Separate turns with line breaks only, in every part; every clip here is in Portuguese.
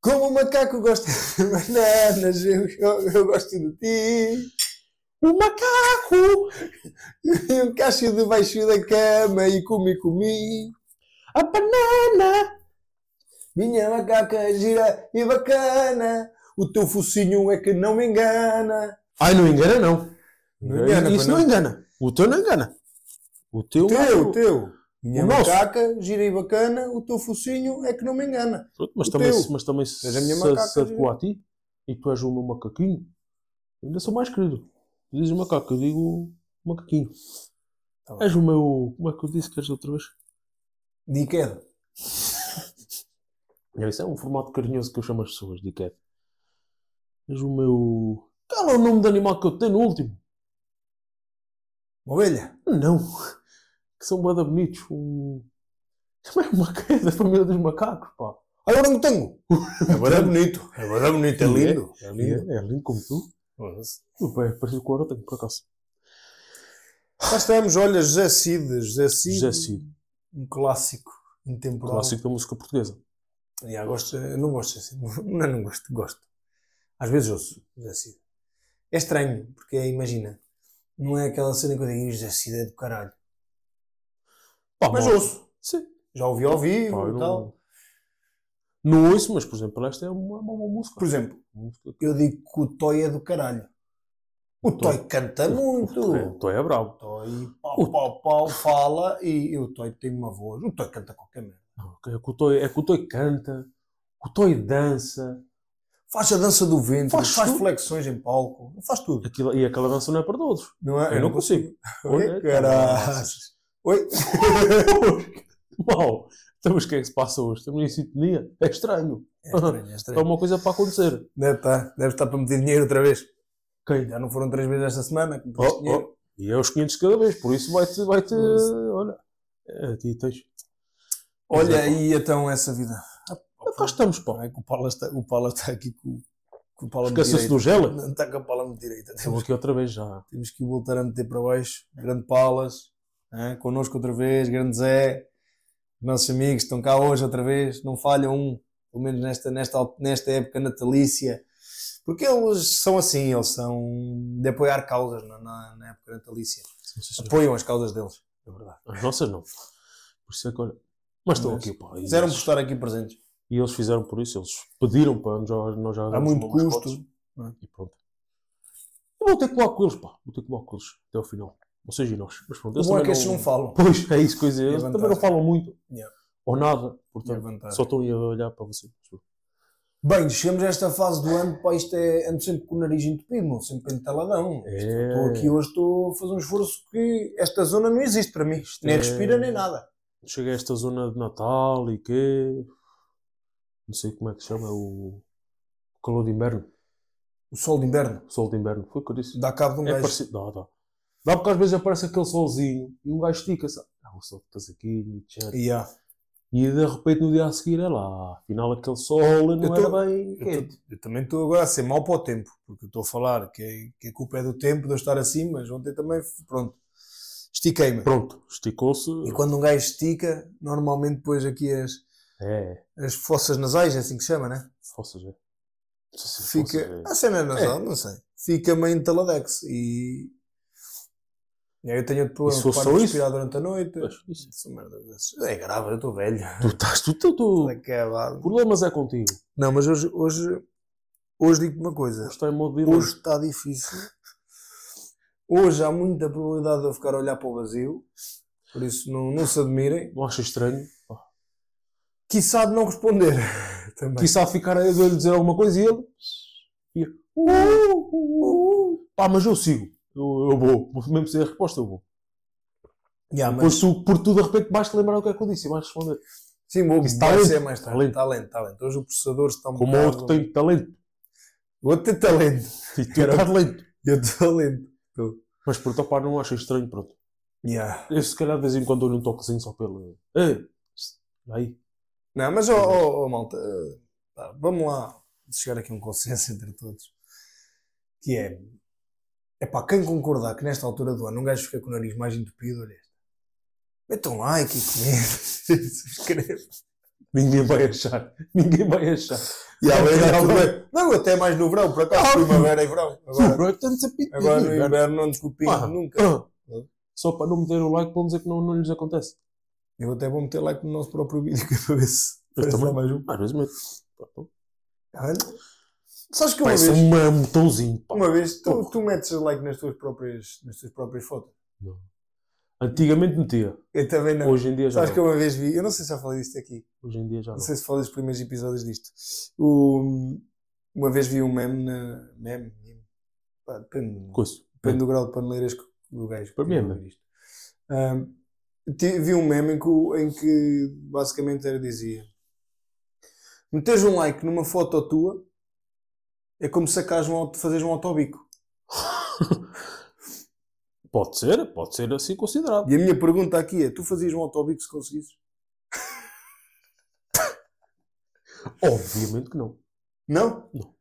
Como o macaco gosta de bananas, eu, eu- eu gosto de ti. O macaco! Eu um cacho debaixo da cama e comi, comi. A banana! Minha macaca é gira e bacana. O teu focinho é que não me engana.
Ai, não engana não.
Não engana,
Isso não
pois não.
engana. O teu não engana. O teu.
Teu,
não.
teu. Minha
O nosso.
macaca gira e bacana. O teu focinho é que não me engana.
Pronto, mas,
O
também,
teu.
mas também se,
és a minha
se,
macaca,
se adequou
viu?
a ti e tu és o meu macaquinho, eu ainda sou mais querido. Tu dizes macaco, eu digo macaquinho.
Tá bem.
és o meu. Como é que eu disse que és outra vez?
Diquedo.
Não, isso é um formato carinhoso que eu chamo as pessoas, dickhead. És o meu. Qual é o nome do animal que eu tenho no último?
Ovelha.
Não. Que são bada bonitos. Um. Também é uma é da família dos macacos, pá.
Olha o orangotango. É bada bonito. É bada bonito. É lindo. É lindo.
É, é lindo como tu. O pé é parecido com o orangotango, por acaso.
Cá estamos, olha, José Cid, José Cid,
José Cid,
um clássico intemporal.
é clássico da música portuguesa.
Já, gosto, eu não gosto de José Cid, não, não gosto, gosto. Às vezes ouço José Cid. É estranho, porque imagina, não é aquela cena que eu digo, "Ih, José Cid é do caralho.
Pá,
Mas
não-
ouço,
Sim.
já ouvi ao
Pá,
vivo
eu
e
não,
tal.
não ouço, mas por exemplo, esta é uma, uma boa música.
Por exemplo,
Uma música que-
eu digo que o Toy é do caralho. O
Toy-
Toy canta
É,
muito.
o Toy é brabo.
Toy, pau, pau, pau, fala e, e o Toy tem uma voz. O Toy canta qualquer merda.
Não, É que o Toy, é que o Toy canta, o Toy dança.
Faz a dança do vento,
Faz
faz,
tudo.
flexões em palco, faz tudo.
Aquilo- e aquela dança não é para todos.
Não é?
Eu não consigo. tá
Oi, caraças. Oi.
Mal. Então, mas o que é que se passa hoje? Estamos em sintonia. É estranho.
É estranho, é
Está
estranho.
uma coisa para acontecer.
Deve estar, deve estar para meter dinheiro outra vez.
Quem?
Já não foram três vezes esta semana que meteste
Oh,
dinheiro.
oh. E é os 500 cada vez, por isso vai-te. Vai-te olha. É, a ti tens. é
Olha, e então essa vida?
Ah, Cá estamos, pá.
É que o Paulo está, o Paulo está aqui com, com o Paulo
Esqueceu-se do gel?
Não está com a palma direita.
Estamos
Temos,
aqui outra vez já.
temos que voltar a meter para baixo. Grande Palas, hein? connosco outra vez. Grande Zé, nossos amigos estão cá hoje outra vez. Não falha um, pelo menos nesta, nesta, al- nesta época natalícia. Porque eles são assim, eles são de apoiar causas na, na- na época natalícia. Apoiam as causas deles, é verdade.
As nossas não. Por isso é que, olha. Mas estão
Mas
aqui, pá. E
Fizeram por
eles,
estar aqui presentes.
e eles fizeram por isso. Eles pediram para nós já. Nós já
Há
demos
muito
umas
custo.
fotos. E pronto. Eu vou ter que colar com eles, pá. Vou ter que colar com eles até ao final. Vocês e nós. Mas pronto,
O
eles
bom é
também
que estes não falam.
Pois, é isso, coisa.
a
Eles também não
vantagem.
falam muito.
Yeah.
Ou nada.
É
Portanto,
vantagem.
só estão aí a olhar para vocês.
Bem, chegamos a esta fase do ano, pá, isto é, ando sempre com o nariz entupido, não sempre entaladão.
É.
Estou aqui hoje, estou a fazer um esforço que esta zona não existe para mim. Nem
é-
respira, nem nada.
Cheguei a esta zona de Natal e quê. Não sei como é que se chama o. Calor de inverno.
O sol de inverno
Sol de inverno. Foi o que eu disse.
dá cabo de um
É
gajo.
parecido. Dá, dá. Dá porque às vezes aparece aquele solzinho e um gajo estica-se. Ah, o sol que estás aqui, etc.
Yeah.
E de repente no dia a seguir é lá. Afinal, aquele sol não
Eu
era
tô-
bem
Eu,
quente.
tô- eu também estou agora a ser mau para o tempo, porque eu estou a falar que, é- que a culpa é do tempo de eu estar assim, mas ontem também, f- pronto, estiquei-me.
Pronto, esticou-se.
E quando um gajo estica, normalmente depois aqui as,
É,
as fossas nasais, é assim que se chama, né?
fossas é. Não sei se
Fica.
fossas é.
A cena é nasal, não sei. Fica meio entaladex e. e aí eu tenho outro problema.
E se fosse
paro de
só isso?
respirar durante a noite.
Pois, isso.
Isso, merda, isso é grave, eu estou velho. é
Tu estás, tu, tu, tu.
Acabado.
Problemas é contigo.
Não, mas hoje, hoje, hoje digo-te uma coisa.
Está em modo de vilão.
Hoje está difícil. Hoje há muita probabilidade de eu ficar a olhar para o vazio. Por isso não, não se admirem.
Não achas estranho? Pá.
Quiçá de não responder. Também.
Quiçá ficar a eu lhe dizer alguma coisa e ele. "Uh, E... uh, Pá, mas eu sigo. Eu, eu vou. Mesmo sem a resposta, eu vou.
Yeah, mas-
Depois, tu, por tu, de repente, vais-te lembrar o que é que eu disse e vais responder.
sim, vou,
Isso
vai
talento,
ser mais tarde. Talento,
talento.
talento. Hoje o processador está um
Como o outro
bocado...
que tem talento.
O outro tem talento.
E tu estás lento.
Eu estou lento.
Mas por topar não acho estranho, pronto.
Yeah.
Eu se calhar de vez em quando dou-lhe um toquezinho só pelo. Ei, psst, aí.
Não, mas ó, ó, ó, malta, eh, pá, vamos lá chegar aqui a um consenso entre todos. Que é É pá, quem concordar que nesta altura do ano um gajo fica com o nariz mais entupido, olha este. Mete um like e comenta, subscreve.
Ninguém vai achar. Ninguém vai achar.
E
além
além
da
da Não, até mais no verão, por acaso,
Ah,
primavera e verão. Agora,
Bro, é tanto sapinho.
agora no inverno não desculpinho
Ah.
nunca.
Ah. Só para não meter o like para não dizer que não, não lhes acontece.
Eu até vou meter like no nosso próprio vídeo que é para ver se
Eu
parece
também.
lá mais um.
Às vezes meto.
Olha, Sabes que uma
Parece
vez,
um mamutãozinho. pá.
uma vez tu,
Porra.
tu metes like nas tuas próprias, nas tuas próprias fotos?
Antigamente metia.
Eu também não.
Hoje em dia já
É. Sabes que
não.
eu uma vez vi, eu não sei se já falei disto aqui,
Hoje em dia já
não
não.
sei se falei dos primeiros episódios disto. O- uma vez vi um meme na. meme? meme? Pá, depende,
Coisa.
depende do grau de paneleiras que- do gajo.
Para mim é
que viu isto. Ahm, ti- vi um meme em que, o- em que basicamente era dizia: meteres um like numa foto tua é como sacares um auto, fazeres um autobico.
Pode ser, pode ser assim considerado.
E a minha pergunta aqui é: tu fazias um autobico se conseguisses?
Obviamente que não.
Não?
Não.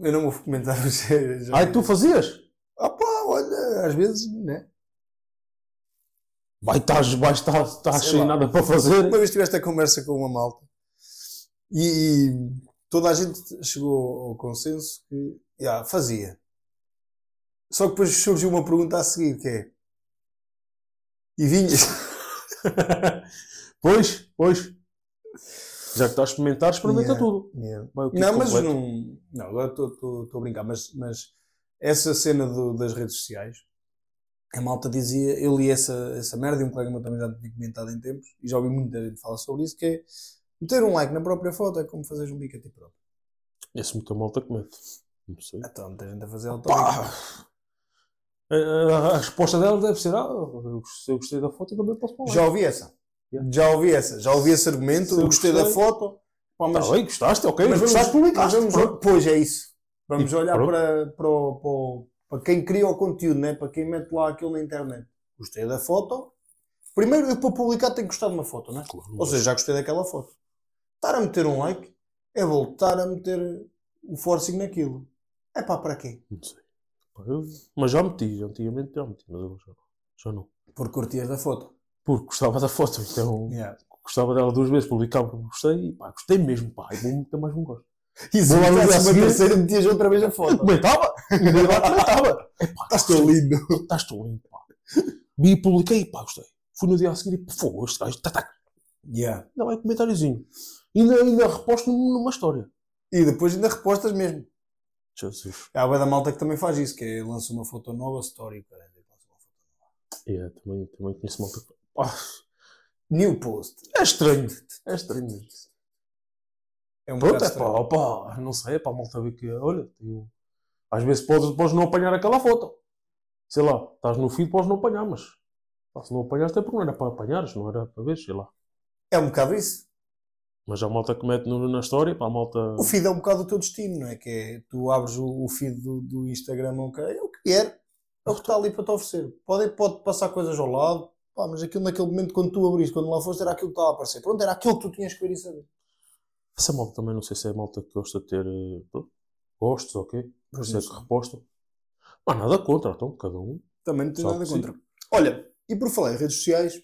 Eu não vou comentar mas já- já-
Ai, tu fazias?
Ah pá, olha, às vezes, né?
Vai estar vai estar, estás
Sei
sem
lá.
nada para fazer.
Uma vez tive esta conversa com uma malta e, e toda a gente chegou ao consenso que, já, fazia. Só que depois surgiu uma pergunta a seguir, que é... E vinhas?
pois, pois. Já que estás a experimentar, experimenta
Yeah.
tudo.
Yeah.
Vai o kit
Não, mas
completo.
não... Não, agora estou a brincar, mas, mas essa cena do- das redes sociais, a malta dizia, eu li essa, essa merda e um colega meu também já tinha comentado em tempos, e já ouvi muita gente falar sobre isso, que é meter um like na própria foto é como fazeres um bico a ti próprio.
Esse muita malta que mete. Não sei.
Então, muita gente a fazer autobico.
Pá! A, a- a resposta dela deve ser: ah, eu gostei- eu gostei da foto, também posso falar.
Já ouvi essa. Já ouvi essa. Já ouvi esse argumento.
Se eu
eu gostei da
gostei.
foto. Pá, mas,
Está Tá bem, gostaste, ok.
mas
gostaste, publicaste.
mas
pronto.
vamos, pois é isso. Vamos
E
olhar
pronto.
para, para, o- para, o- para quem cria o conteúdo, né? para quem mete lá aquilo na internet. Gostei da foto. Primeiro, eu para publicar tenho que gostar de uma foto, né?
Claro,
Ou seja, já gostei daquela foto. Estar a meter um like é voltar a meter o forcing naquilo. É pá, para quê?
não sei. Pá, eu- Mas já meti, já antigamente já meti, mas agora já não. Já não.
Porque curtias da foto.
Porque gostava da foto, então
Yeah.
gostava dela duas vezes, publicava porque gostei e pá, gostei mesmo, pá, e vou meter mais um gosto.
E se
Vou lá no dia
fizesse
a
uma
seguir.
terceira, metias outra vez a foto.
Comentava, ainda lá comentava.
Estás tão lindo.
Estás tão lindo, tá pá. Vi e publiquei, pá, gostei. Fui no dia a seguir e pá, fogo, este gajo, tatac,
Yeah.
ainda vai um comentáriozinho. Ainda, ainda reposto num- numa história.
E depois ainda repostas mesmo.
Jesus.
Há bué da malta que também faz isso, que é lança uma foto nova, story, caralho. lança uma foto.
É, também, também conheço malta. que- Pá,
New post.
é estranho. É estranho.
É um
Pronto,
bocado
é pá,
estranho.
opa, não sei, é pá, malta ver que, olha, eu- às vezes podes, podes não apanhar aquela foto. Sei lá, estás no feed, podes não apanhar, mas pá, se não apanhaste é porque não era para apanhares, não era para ver, sei lá.
É um bocado isso.
Mas há malta que mete no- na história, pá, a malta.
O feed é um bocado o teu destino, não é? Que é, tu abres o, o feed do, do Instagram ou o caralho, é o que quer. É o que está ali para te oferecer. Pode, pode passar coisas ao lado, pá, mas aquilo naquele momento quando tu abriste, quando lá foste, era aquilo que estava a aparecer. Pronto, era aquilo que tu tinhas que ver e saber.
Essa malta também, não sei se é malta que gosta de ter eh, pronto, gostos ou quê, por isso é que reposta. Não há nada contra, então, cada um.
Também não tenho
Só
nada
que
contra. Olha, e por falar em redes sociais,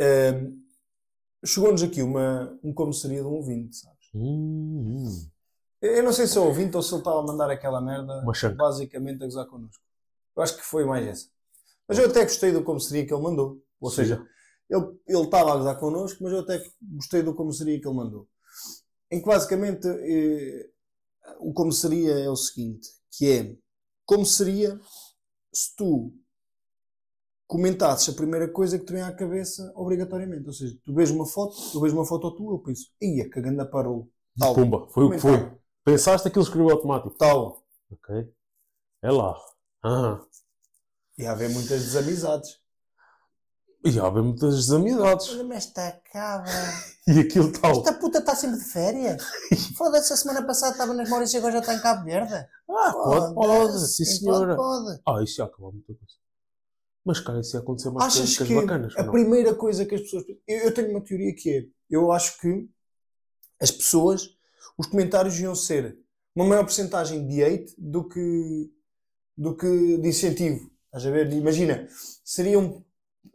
ehm, chegou-nos aqui uma, um como seria de um ouvinte, sabes?
Hum, hum.
Eu não sei se é ouvinte ou se ele estava a mandar aquela merda
Uma chanca.
basicamente a gozar connosco. Eu acho que foi mais essa. Mas eu até gostei do como seria que ele mandou. Ou seja, ele ele estava a gozar connosco, mas eu até gostei do como seria que ele mandou. Em que basicamente eh, o como seria é o seguinte, que é como seria se tu comentasses a primeira coisa que te vem à cabeça obrigatoriamente. Ou seja, tu vês uma foto, eu vejo uma foto tua, eu penso, ia cagando parou. Tal,
Pumba, foi o que foi.
comentário,
Pensaste aquilo escreveu automático.
Tal.
Ok. É lá. Ah.
E há haver muitas desamizades.
E há bem muitas desamizades.
Olha-me esta cabra.
E aquilo tá tal.
Esta puta está sempre de férias. Foda-se, a semana passada estava nas Maurícias e agora já está em Cabo Verde. Então
Ah, pode, pode, sim
né?
senhora.
Pode,
Ah, isso ia acabar muita coisa. Mas cara, isso ia acontecer mais
Achas
coisas
que
bacanas.
a
não?
primeira coisa que as pessoas... Eu, eu tenho uma teoria que é... Eu acho que as pessoas... Os comentários iam ser uma maior porcentagem de hate do que do que de incentivo. Estás a ver? Imagina, seria, um-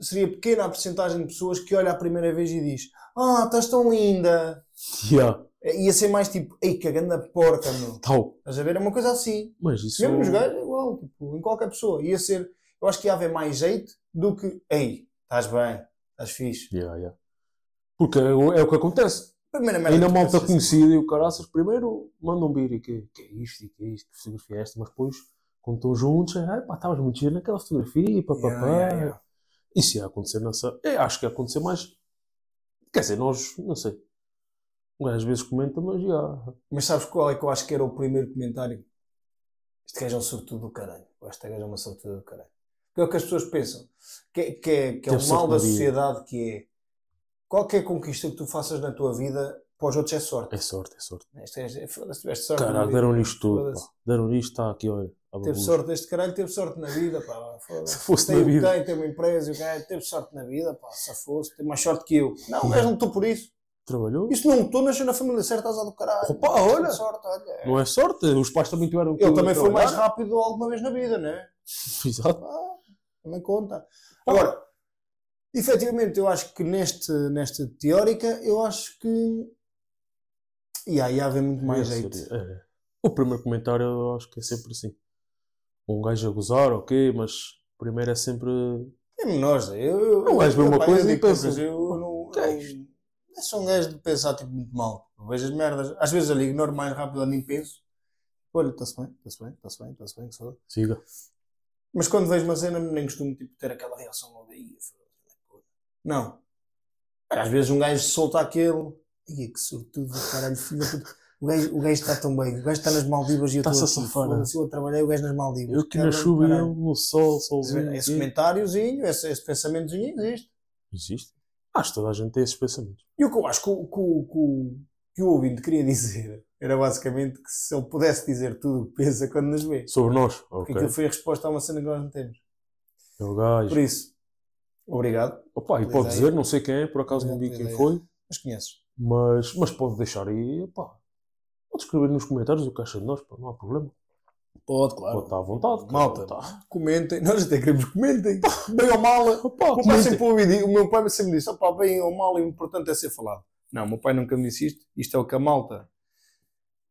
seria pequena a porcentagem de pessoas que olha a primeira vez e diz: Ah, estás tão linda.
Yeah,
Ia ser mais tipo: Ei, que ganda porca, meu.
tal.
Estás a ver? É uma coisa assim.
Mas isso.
Mesmo nos gajos, é igual, tipo, em qualquer pessoa. Ia ser, eu acho que ia haver mais jeito do que: Ei, estás bem, estás fixe.
Yeah, yeah. Porque é, o- é o que acontece.
Primeira merda
Ainda
que tu
malta
pensas assim.
conhecida e o caraças, primeiro mandam vir e que, que é isto e que é isto, que fotografia é esta, mas depois, quando estão juntos, é, "Ah, pá, estavas muito giro naquela fotografia, papapá.
Yeah, yeah, yeah.
Isso ia acontecer nessa. é, acho que ia acontecer mais. Quer dizer, nós, não sei. Um gajo às vezes comenta, mas já.
Mas sabes qual é que eu acho que era o primeiro comentário? Este gajo é um sortudo do caralho. Este gajo é uma sortuda do caralho. Que é o que as pessoas pensam. Que, é- que é, que é
Teve
o mal
sorte na
da
vida.
sociedade que é qualquer conquista que tu faças na tua vida, para os outros é sorte.
É sorte, é sorte.
Este gajo, é, foda-se, tiveste sorte na
Caralho,
vida.
deram-lhe isto tudo, pá.
Foda-se.
Deram-lhe isto, está aqui, olha. a
Teve
babuja.
sorte deste caralho, teve sorte na vida, pá. Foda-se.
Se fosse
tem
na
o que
vida.
Tem, tem uma empresa, e o gajo teve sorte na vida, pá. Se fosse, tem mais sorte que eu. Não, o gajo não lutou por isso.
Trabalhou?
Isso não lutou, nasceu na família certa, azar do caralho.
Opa,
Teve
olha.
Sorte, olha.
Não é sorte, os pais também tiveram que
Ele também foi mais
trabalhar.
rápido alguma vez na vida, não é?
Exato.
Ah, também conta.
Ah.
Agora, efetivamente, eu acho que neste, nesta teórica, eu acho que. E aí haver muito mais
Ia
jeito.
ser, é. O primeiro comentário eu acho que é sempre assim. Um gajo a gozar, ok, mas primeiro é sempre.
É nós, eu. eu
Não és ver uma
epá,
coisa
eu
e
digo
pensas,
coisas, eu não.
que é
eu- eu sou um gajo de pensar tipo, muito mal. Eu Vejo as merdas. Às vezes ali ignoro mais rápido, eu nem penso. Olha, está-se bem, está-se bem, está-se bem, está-se bem, que sou.
Siga.
Mas quando vejo uma cena, nem costumo tipo, ter aquela reação logo aí. Não. Às vezes um gajo solta aquele. Ia que sortudo, caralho, filho da puta. O gajo, o gajo está tão bem. O gajo está nas Maldivas e eu
Está-se
estou
a
aqui.
safar,
Foda-se, eu a trabalhar e o gajo nas Maldivas.
Eu aqui na
Caralho,
chuva e
caralho.
eu no sol, solzinho.
Esse
aqui.
comentáriozinho, esse, esse pensamentozinho existe.
Existe. Acho que toda a gente tem esses pensamentos.
E o que eu acho que o, que o- que o- que o ouvinte queria dizer era basicamente que se ele pudesse dizer tudo o que pensa quando nos vê.
Sobre nós.
Porque
Ok.
aquilo foi a resposta a uma cena que nós não temos.
É o
Por
gajo.
isso, obrigado.
Opa, e
Boa
pode
ideia.
dizer, não sei quem é, por acaso não vi
Boa
quem
ideia.
foi,
Mas conheces.
mas, mas pode deixar aí, opá. Pode escrever nos comentários o que acha de nós, pá, não há problema.
Pode,
Pode estar à vontade. cara,
Malta.
pode estar.
Comentem, nós até queremos que comentem. Bem ou mal. O
Opá,
meu pai,
comentem.
sempre ouvi- o meu pai sempre disse: opá, bem ou mal, o importante é ser falado. Não, o meu pai nunca me disse isto. Isto é o que a malta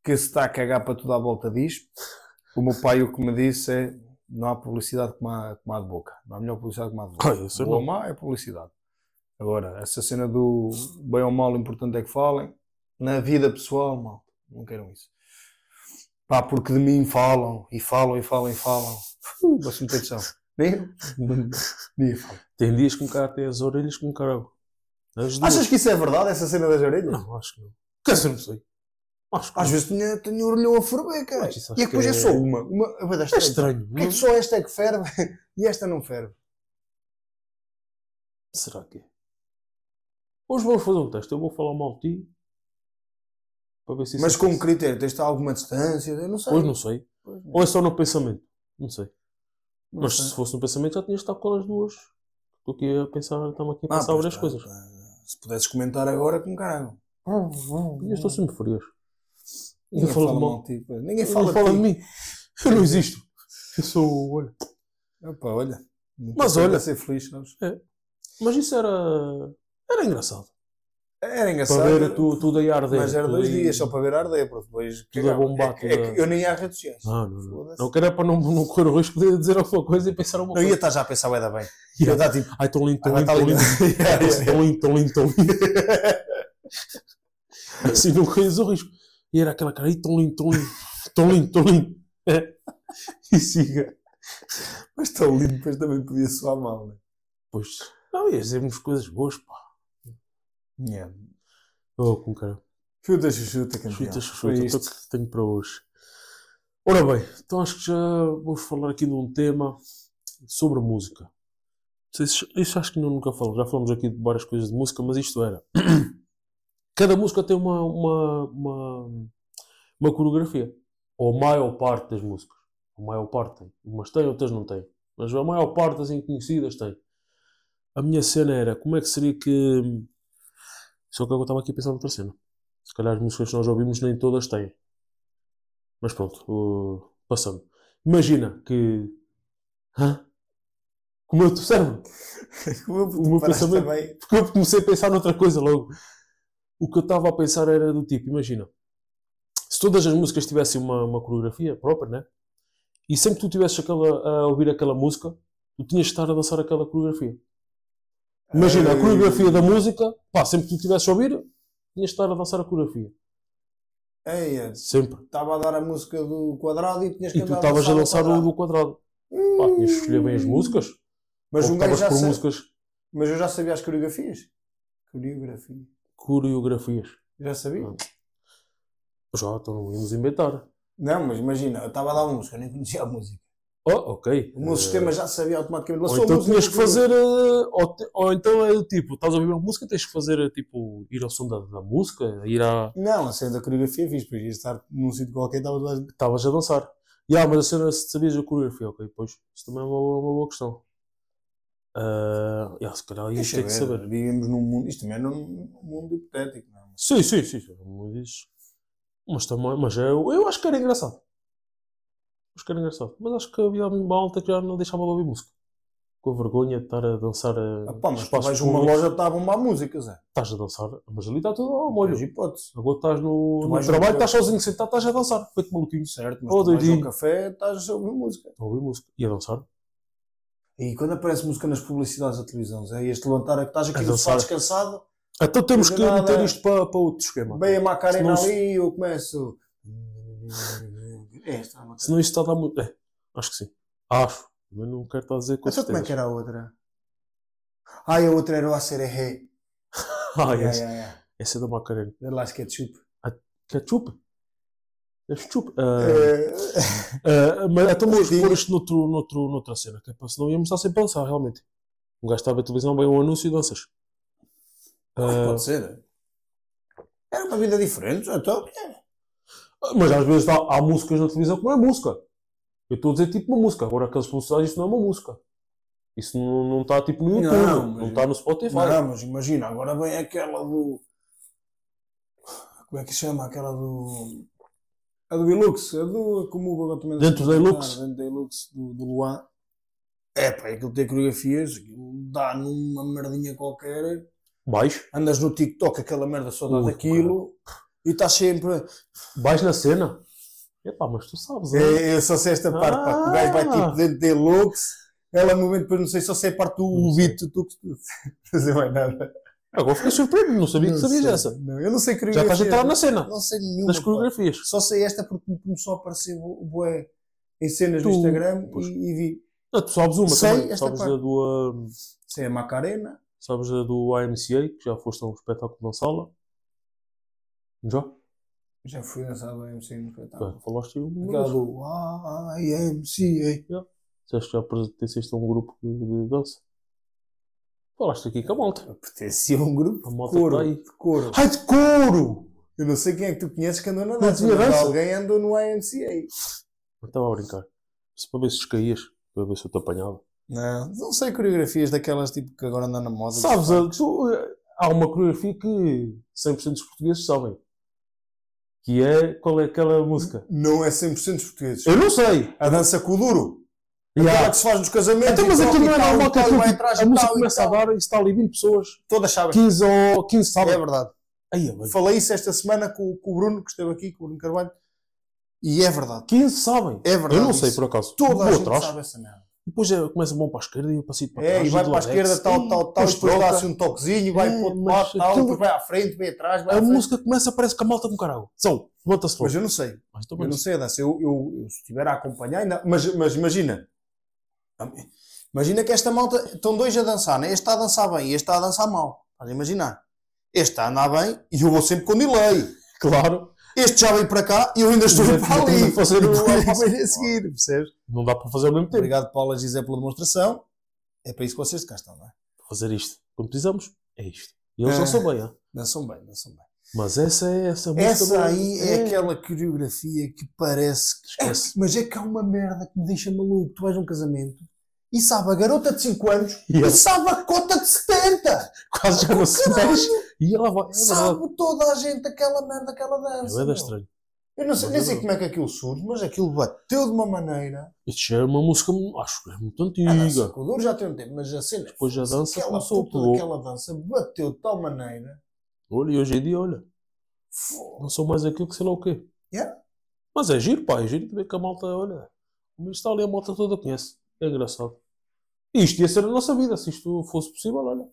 que se está a cagar para tudo à volta diz. O meu pai o que me disse é: não há publicidade como há, como há de boca. Não há melhor publicidade como há de boca.
Ah, isso é
Boa
não.
ou má é publicidade. Agora, essa cena do bem ou mal, o importante é que falem. Na vida pessoal, mal. Não queiram isso. Pá, porque de mim falam, e falam, e falam, e falam. Uh, Bastante atenção. Nem eu. Nem eu falo.
Tem dias que um cara tem as orelhas como caralho. As duas.
Achas que isso é verdade, essa cena das orelhas?
Não, acho que não. Quer dizer, não sei. Acho que
Às
não.
vezes tenho, tenho orelhão a ferver, cara.
Mas
E
isso acho
é que depois é
que é-
só uma. uma é bué da
É
estranho.
estranho.
Porquê é
não?
que só esta é que ferve e esta não ferve?
Será que é? Hoje vamos fazer um teste. Eu vou falar mal de ti. Para ver se isso
Mas com que
acontece.
critério? Tens de estar a alguma distância? Eu não sei.
Hoje não sei.
Pois não.
Ou é só no pensamento? Não sei.
Não
Mas
sei.
se fosse no pensamento já tinhas estado com as duas. Estou aqui a pensar, estamos aqui a
Ah,
pensar
pois,
várias
tá,
coisas.
tá. Se pudesses comentar agora, como caralho.
Eu estou sempre furioso.
Ninguém
Eu falo
fala
mal.
mal de ti. pois. Ninguém
Ninguém
fala,
fala de
de ti.
mim. Eu não existo. Eu sou. Olha.
Opa, olha. Não
Mas
consigo
olha.
ser feliz, sabes?
Mas isso era. Era engraçado.
Era engraçado.
Para ver tu, tudo aí a arder.
É mas era
tudo
dois
aí-
dias só para ver ardeia, porque depois
a
cagava.
bombar,
É que-
tudo
é
a-
que eu nem ia às redes sociais.
Ah, Não, não, não.
Foda-se.
Não, que era para não, não correr o risco de dizer alguma coisa e pensar alguma
Não ia
coisa.
estar já a pensar bué da bem.
Yeah.
Eu dá tipo,
Ai, tão lindo,
ah,
tão
vai
lindo,
estar
tão lindo. Ai,
lindo.
Tão lindo, tão lindo, tão lindo. Assim não corres o risco. E era aquela cara, ai, tão lindo, tão lindo, tão lindo, tão lindo. É. E siga.
Mas tão lindo, depois também podia soar mal, né?
Pois, não, ia dizermos coisas boas, pá.
Yeah.
Oh, com cara.
Chuta, chuchuta, campeão.
Chuta, chuta,
Foi
o
isto.
que tenho para hoje. Ora bem, então acho que já vamos falar aqui de um tema sobre música. Não sei se- Isso acho que não, nunca falamos. Já falamos aqui de várias coisas de música, mas isto era. Cada música tem uma, uma, uma, uma coreografia. Ou a maior parte das músicas. A maior parte tem. Umas tem, outras não tem. Mas a maior parte das inconhecidas tem. A minha cena era como é que seria que. Só que eu estava aqui a pensar noutra cena. Se calhar as músicas que nós ouvimos nem todas têm. Mas pronto, o- passando. Imagina que. Hã? Como eu cérebro.
Como eu,
O meu pensamento-
também.
Porque eu comecei a pensar noutra coisa logo. O que eu estava a pensar era do tipo, imagina, se todas as músicas tivessem uma, uma coreografia própria, né? E sempre que tu tivesses aquela, a ouvir aquela música, tu tinhas de estar a dançar aquela coreografia. Imagina, a
Ai.
coreografia da música, pá, sempre que tu tivesses a ouvir, tinhas de estar a dançar a coreografia.
Ei, é,
Sempre.
estava a dar a música do quadrado e tinhas que
E tu
andar
estavas a dançar
ao
o
quadrado. Hum.
do quadrado. Pá, tinhas de escolher bem as músicas.
Mas,
ou
um gajo
optavas
já
por
sa-
músicas,
mas eu já sabia as coreografias. Coreografia.
coreografias.
Já sabia?
Ah. Já, então não íamos inventar.
Não, mas imagina, eu estava a dar uma música, eu nem conhecia a música.
Oh, ok.
O meu
Eh,
sistema já sabia automaticamente.
Ou
lançou a
então
música,
tinhas que
lançou a música.
fazer. eh, Ou, te- ou então é do tipo, estás a ouvir uma música, tens que fazer eh, tipo, ir ao som da, da música, eh, ir à.
Não, a cena da coreografia fiz, pois ia estar num sítio qualquer, estava lá.
Estavas a dançar. E ah, mas a cena, se sabias a coreografia, ok, pois. Isso também é uma, boa- uma boa questão. Ah, yeah, se calhar ias ter que saber.
Vivemos num mundo, isto também é num mundo hipotético, não é?
Sim, sim, sim. sim, Mas, mas também, mas eu, eu acho que era engraçado. Acho que era engraçado. Mas acho que havia malta que já não deixava de ouvir música. Com a vergonha de estar a dançar a
Ah, pá, mas tu
espaços
vais a uma
públicos.
loja, está a bombar música, Zé.
Estás a dançar, mas ali está tudo ao molho.
Olha, hipótese.
Agora estás no,
Tu
no
vais no
trabalho,
karaoke.
estás sozinho sentado, estás a dançar, feito maluquinho.
Certo, mas
Oh,
tu vais ao
doidinho.
café, estás a ouvir música.
A ouvir música e a dançar.
E quando aparece música nas publicidades da televisão, Zé, ias-te levantar, a que estás aqui
A
no sofá
dançar.
descansado,
Então temos
Não
que
é nada.
meter isto para, para outro esquema.
bem a Macarena
Senão-
ali, eu começo. É, está a Macarena.
Senão isto está a dar muito. É, acho que sim. Acho. Mas não quero estar a dizer com
Então como é
certeza.
que era a outra? Ai, a outra era o Acererê.
Ah,
É,
essa,
é, é.
essa é da Macarena.
Era lá ketchup.
Ketchup? É chup.
É.
mas então vamos
Sim.
pôr isto noutro, noutro, noutra cena, que é para senão íamos estar sem pensar, realmente. Um gajo está a ver televisão, bem um anúncio e danças. Ah,
Pode ser. Era uma vida diferente, então.
Mas às vezes há, há músicas na televisão que não é música. Eu estou a dizer tipo uma música. Agora aqueles funcionários isso não é uma música. Isso não, não está tipo no
Não,
YouTube, não,
mas-
está no Spotify.
Não, mas imagina, agora vem aquela do. Como é que chama? Aquela do. A do Ilux, a do. Como o Google também
Dentro da Hilux?
Dentro da Ilux do, do Luan. É pá, aquilo tem coreografias, aquilo dá numa merdinha qualquer.
Baixo,
Andas no TikTok, aquela merda só dá
Ui,
daquilo. E estás sempre.
baixo na cena. Epá, mas tu sabes, hein?
É, eu só sei esta parte, pá, que o gajo vai
Ah.
tipo dentro da Hilux. Ela no momento depois não sei só sei a parte do
Não sei.
ouvido, tu que não sei mais nada.
Agora fiquei surpreendido, não sabia que
Não
sabias
sei.
essa.
Não, eu não sei
Já
coreografias.
estás a entrar na cena
Não sei nenhuma.
das
pá.
coreografias.
Só sei esta porque me começou a aparecer bu- bué em cenas
Tu-
no Instagram
pois.
e, e vi.
Ah, tu sabes uma
Sei
também.
esta
Sabes
parte.
a, do, hum,
Sei a Macarena.
sabes a do AMCA, que já foste a um espetáculo na sala. Já?
Já fui dançado a MC no
Já
espetáculo.
falaste aí uma
Aquela
vez.
do é IMCA.
Disseste que já pertenceste a um grupo de, de dança. Falaste aqui com a malta.
Pertencia a um grupo
A
de
malta
couro.
que tá aí.
De couro.
Ai, de couro!
Eu não sei quem é que tu conheces que andou na
Não
dança,
tinha
mas
dança?
alguém andou no IMCA.
Eu estava a brincar. Só para ver se descaías, para ver se eu te apanhava.
Não, não sei coreografias daquelas tipo que agora andam na moda.
Sabes, a- tu, eh, há uma coreografia que 100% dos portugueses sabem. Que é, qual é aquela música?
Não é 100% dos portugueses.
Eu não sei!
A dança com o duro. Aquela
Yeah.
que se faz nos casamentos.
Então,
e
mas
tal,
aquilo
e
não é
tal, e
normal que
tal, e vai
aquilo,
atrás
a
e
música
tal, e
começa a
tal.
dar e está ali 20 pessoas,
Todas sabem.
15 ou 15
É
sabem.
verdade.
Aí, é bem.
Falei isso esta semana com, com o Bruno, que esteve aqui, com o Bruno Carvalho. E é verdade.
15 sabem.
É verdade.
Eu não sei
isso.
por acaso.
Toda a
Vou
gente
atrás.
sabe essa merda.
Depois eh, começa bom para a esquerda e eu passei para
É,
trás.
e vai
do
para a
Ladex.
esquerda, tal, tal, tal,
Depois
e depois
troca.
dá-se um toquezinho, vai
É,
para o outro
mas
lado, tal,
aquilo-
depois vai à frente, vai atrás, vai à
A
frente.
música é começa, parece que a malta com caralho. São, levanta-se
Mas
logo.
eu não sei.
Mas então
Eu
também
não sei a dança. Eu, eu, eu se estiver a acompanhar, ainda... mas, mas imagina. Imagina que esta malta. Estão dois a dançar, né? Este está a dançar bem e este está a dançar mal. Estás a imaginar? Este está a andar bem e eu vou sempre com delay.
Claro,
Este já veio para cá e eu ainda estou a ir
Ainda-
para
ainda
ali. é
estamos a fazer o-
a seguir, percebes?
não dá para fazer ao mesmo tempo.
Obrigado, Paula Gisé, pela demonstração. É para isso que vocês de cá estão, não é?
Fazer isto quando precisamos, é isto. E eles
É.
já sabem, ah.
Dançam bem, dançam bem.
mas essa é essa música.
Essa aí é
é.
aquela coreografia que parece que. É,
Esquece.
mas é que há uma merda que me deixa maluco. Tu vais a um casamento e sabe a garota de 5 anos
E
e
ela
sabe a cota de 70.
quase já não se
Caralho,
mexe. E ela vai. É verdade.
sabe toda a gente aquela merda que ela
É
dança.
bué da
meu.
estranho.
Eu não sei, nem sei como é que aquilo surge, mas aquilo bateu de uma maneira.
Isto já é uma música, acho que é muito
A dança
antiga.
com o Duro já tem um tempo, mas a cena.
Depois a dança
aquela
começou,
puta
pegou.
daquela dança bateu de tal maneira.
Olha, e hoje em dia, olha,
Fo-
não sou mais aquilo que sei lá o quê.
Yeah.
Mas é giro, pá, é giro de ver que a malta, olha, como está ali a malta toda conhece. É engraçado. E isto ia ser a nossa vida, se isto fosse possível, olha.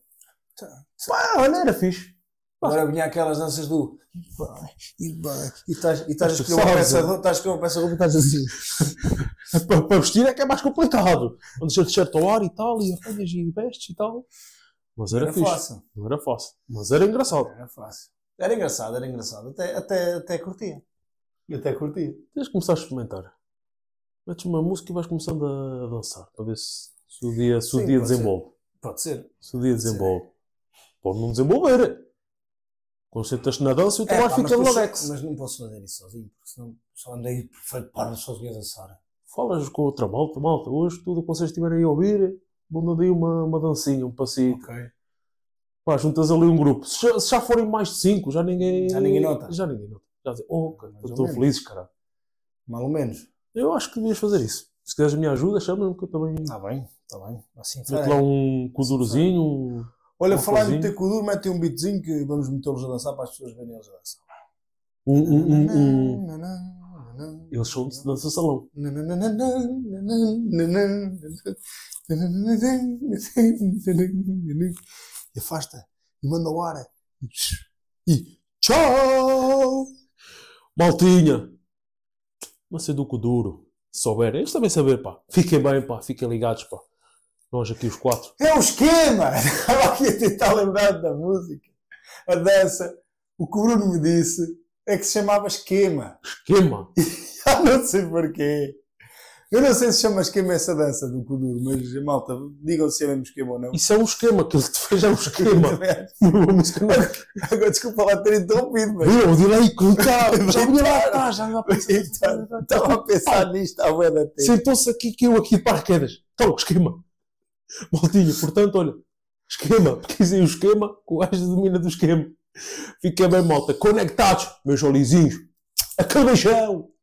Tá.
Pá, olha, era fixe.
Agora vinha aquelas danças do. E vai, e vai. E estás e estás a
Mas tu
escolher uma
sabes,
peça
é?
de roupa, estás a escolher uma peça de roupa e estás assim.
Para, para vestir é que é mais complicado. Andas a t-shirt ao ar e tal, e apanhas e vestes e tal. Mas era,
Era
fixe.
fácil.
Não era fácil. Mas era engraçado.
Era fácil. Era engraçado, era engraçado. Até, até, até curtia. Eu até curtia.
Tens de começar a experimentar. Metes uma música e vais começando a dançar para ver se, se o dia, se
Sim,
o dia
pode ser.
desenvolve.
Pode ser.
Se o dia desenvolve. Pode não desenvolver. Concentras-te na dança e o trabalho
É, pá,
Então fica
mas, tu-
relax.
mas não posso fazer isso sozinho, porque senão só andei feito parvo sozinho a dançar.
Falas com outra malta, malta, hoje tudo o que vocês estiverem a ouvir, mandando aí uma, uma dancinha, um passinho.
Ok.
Pá, juntas ali um grupo. Se já, se já forem mais de cinco, já ninguém.
Já ninguém nota.
Já ninguém nota. Já dizem, oh, cara,
Mais ou
estou
menos.
feliz, cara.
Mal ou menos.
Eu acho que devias fazer isso. Se quiseres a minha ajuda, chama-me que eu também.
Está Tá bem, está bem. Assim
Mete
farei.
lá um codurozinho, um.
Olha,
um
falar em
cozinho.
meter com o duro, metem um beatzinho que vamos metê-los a dançar para as pessoas verem eles a dançar.
um, um, um, um-
um.
Eles são de
Eles
dança salão.
E afasta, e manda o ar. E tchau!
Maltinha! Não sei do que duro. Se souber, eles também saber, pá. Fiquem bem, pá. Fiquem ligados, pá. Nós aqui os quatro.
É o esquema! Estava aqui a tentar lembrar da música. A dança, o que o Bruno me disse, é que se chamava esquema.
Esquema!
Ah, não sei porquê. Eu não sei se chama esquema essa dança do Kuduro, mas malta, digam se é mesmo esquema ou não.
Isso é um esquema. Aquilo que te fez é um esquema. Uma música não.
Agora, desculpa lá ter interrompido, mas
Viram? O delay que tá. Já vinha lá atrás. Já vinha lá
Então,
atrás.
estava a pensar nisto há bué da tempo.
Sentou-se aqui que eu aqui de paraquedas. Então, esquema. Maltinha, portanto, olha, esquema. Pesquisem o esquema, que o gajo domina do esquema. Fiquem bem, malta. Conectados, meus olizinhos. A cabeção.